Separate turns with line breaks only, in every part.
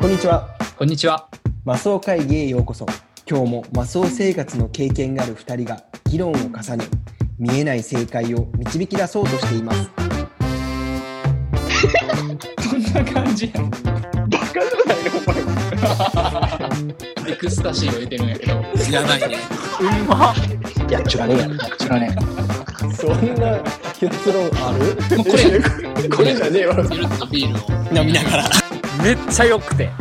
こんにちは。
こんにちは。
マスオ会議へようこそ。今日もマスオ生活の経験がある2人が議論を重ね、見えない正解を導き出そうとしています。
こんな感じや。
バカじゃないのお前
エクスタシーを入れてるんやけど。
やばいね。
やっちゅらねや。
知らね
そんな結論ある
え。もうこれ、
これじゃねえわ
ゆるっとビールを。
飲みながら。めっちゃ良くて。
めっ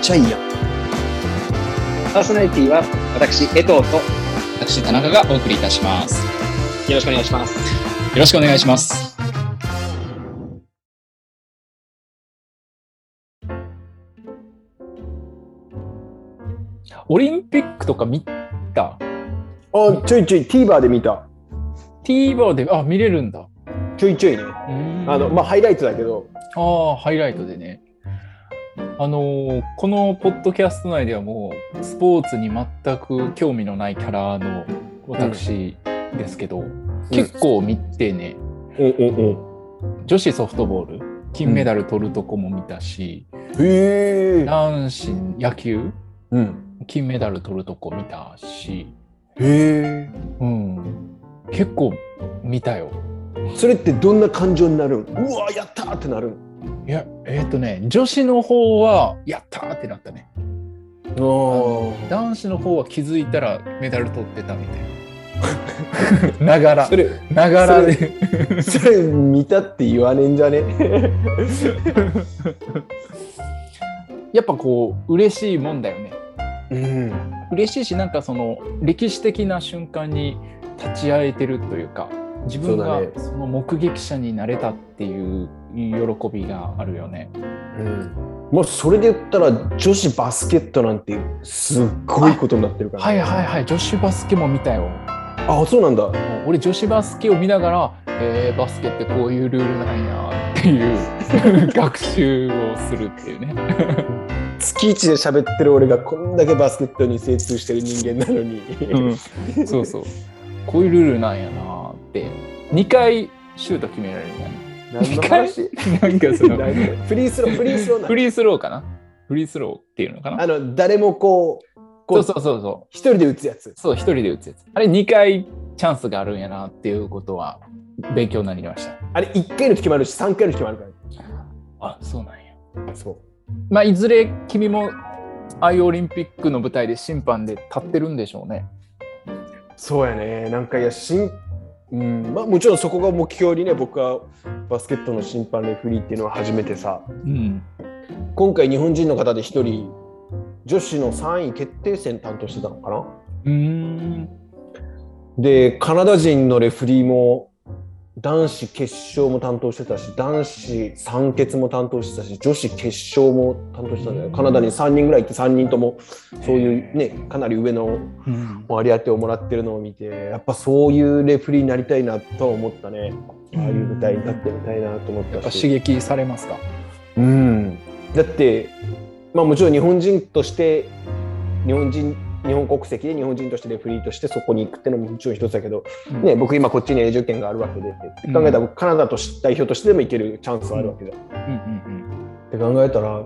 ちゃいいやん。
パーソナリティは私江藤とよ
私、田中がお送りいたします。よ
ろしくお願いします
ろしくお願いします。
オリンピックとか見た
あちょいちょい TVer で見た
?TVer で、あ、見れるんだ。
ちょいちょいねあ
あ
のまあハイライトだけど
あー、ハイライトでね。あのーこのポッドキャスト内ではもう、スポーツに全く興味のないキャラの私ですけど、結構見てね、
おお
女子ソフトボール、金メダル取るとこも見たし、
おへえ
男子野球、
うん
金メダル取るとこ見たし、
へ
うん、結構見たよ。
えそれってどんな感情になるんうわやったーってなるん
いや、えっ、とね、女子の方は、やったーってなったね。
あ
男子の方は気づいたらメダル取ってたみたいな。 ながら
そ、れ
ながらで。
それ見たって言わねえんじゃね
やっぱこう、嬉しいもんだよね。
うん。
嬉しいし、なんかその、歴史的な瞬間に立ち会えてるというか、自分が
そうだね
その目撃者になれたっていう喜びがあるよね。
うんまあそれで言ったら女子バスケットなんてすっごいことになってるから、
はいはいはい、女子バスケも見たよ。
あそうなんだ
もう俺女子バスケを見ながら、えーバスケってこういうルールなんやっていう 学習をするっていうね
月一で喋ってる俺がこんだけバスケットに精通してる人間なのに、
そうそうこういうルールなんやなって2回シュート決められるんだね
何の 話
なんかその
何フリースローフリースローな
フリースローかなフリースローっていうのかな
あの誰もこうこ
そううそうそうそう
一人で打つやつ
そう一人で打つやつあれ2回チャンスがあるんやなっていうことは勉強になりました
あれ一回の時もあるし三回の時もあるか
あそうなんや
らそ
まあ、いずれ君もああいうオリンピックの舞台で審判で立ってるんでしょうね。
うそうやねなんかいやしん、うんまあ、もちろんそこが目標にね僕はバスケットの審判レフェリーっていうのは初めてさ
うん、
今回日本人の方で一人女子の3位決定戦担当してたのかな
うん
でカナダ人のレフリーも男子決勝も担当してたし男子三決も担当してたし女子決勝も担当してたんだよカナダに3人ぐらい行って3人ともそういうねかなり上の割り当てをもらってるのを見てやっぱそういうレフリーになりたいなとは思ったねああいう舞台に立ってみたいなと思
やっ
った
ぱ
し
刺激されますか。
うん、だって、まあ、もちろん日本人として日本人日本国籍で日本人としてレフェリーとしてそこに行くってのももちろん一つだけど、
うん
ね、僕今こっちに永住権があるわけでって考えたら僕カナダとし代表としてでも行けるチャンスはあるわけじゃん。っ
うんうん
て考えたら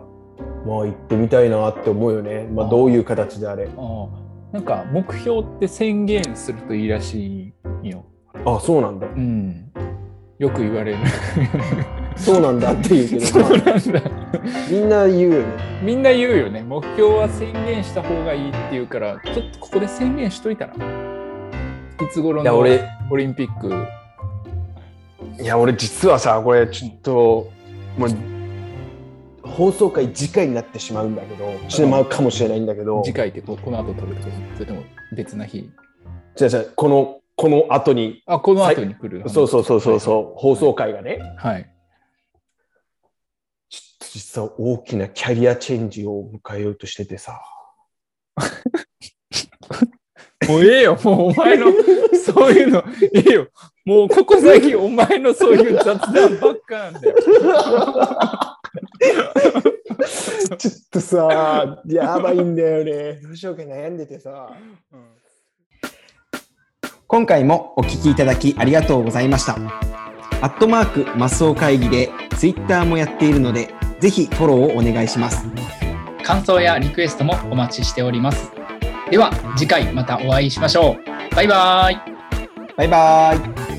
まあ行ってみたいなって思うよね、まあ、どういう形であれ。
うん、ああなんか目標って宣言するといいらしいよ。
あそうなんだ
うん、よく言 われる。
そうなんだって言う け
そ
ど、ま
う
あ
なんだ。
みんな言うよね。
みんな言うよね。目標は宣言した方がいいって言うから、ちょっとここで宣言しといたら。いつ頃
いや
のオ
俺
リンピック。
いや俺実はさこれちょっともう放送回次回になってしまうんだけどしてまうかもしれないんだけど
次回ってここの後撮るってことそれとも別な日
じゃあじゃあこのこの後に
あこの後に来る
そうそうそうそうそう放送回がね
はい
ちょっと実は大きなキャリアチェンジを迎えようとしててさ
もうええよもうお 前のそういうのええよもうここ最近お前のそういう雑談ばっかなんだよ
ちょっとさやばいんだよねどうしようか悩んでてさ
今回もお聞きいただきありがとうございました。アットマークマスオ会議で Twitter もやっているので、ぜひフォローをお願いします。
感想やリクエストもお待ちしております。では次回またお会いしましょう。バイバイ。
バイバーイ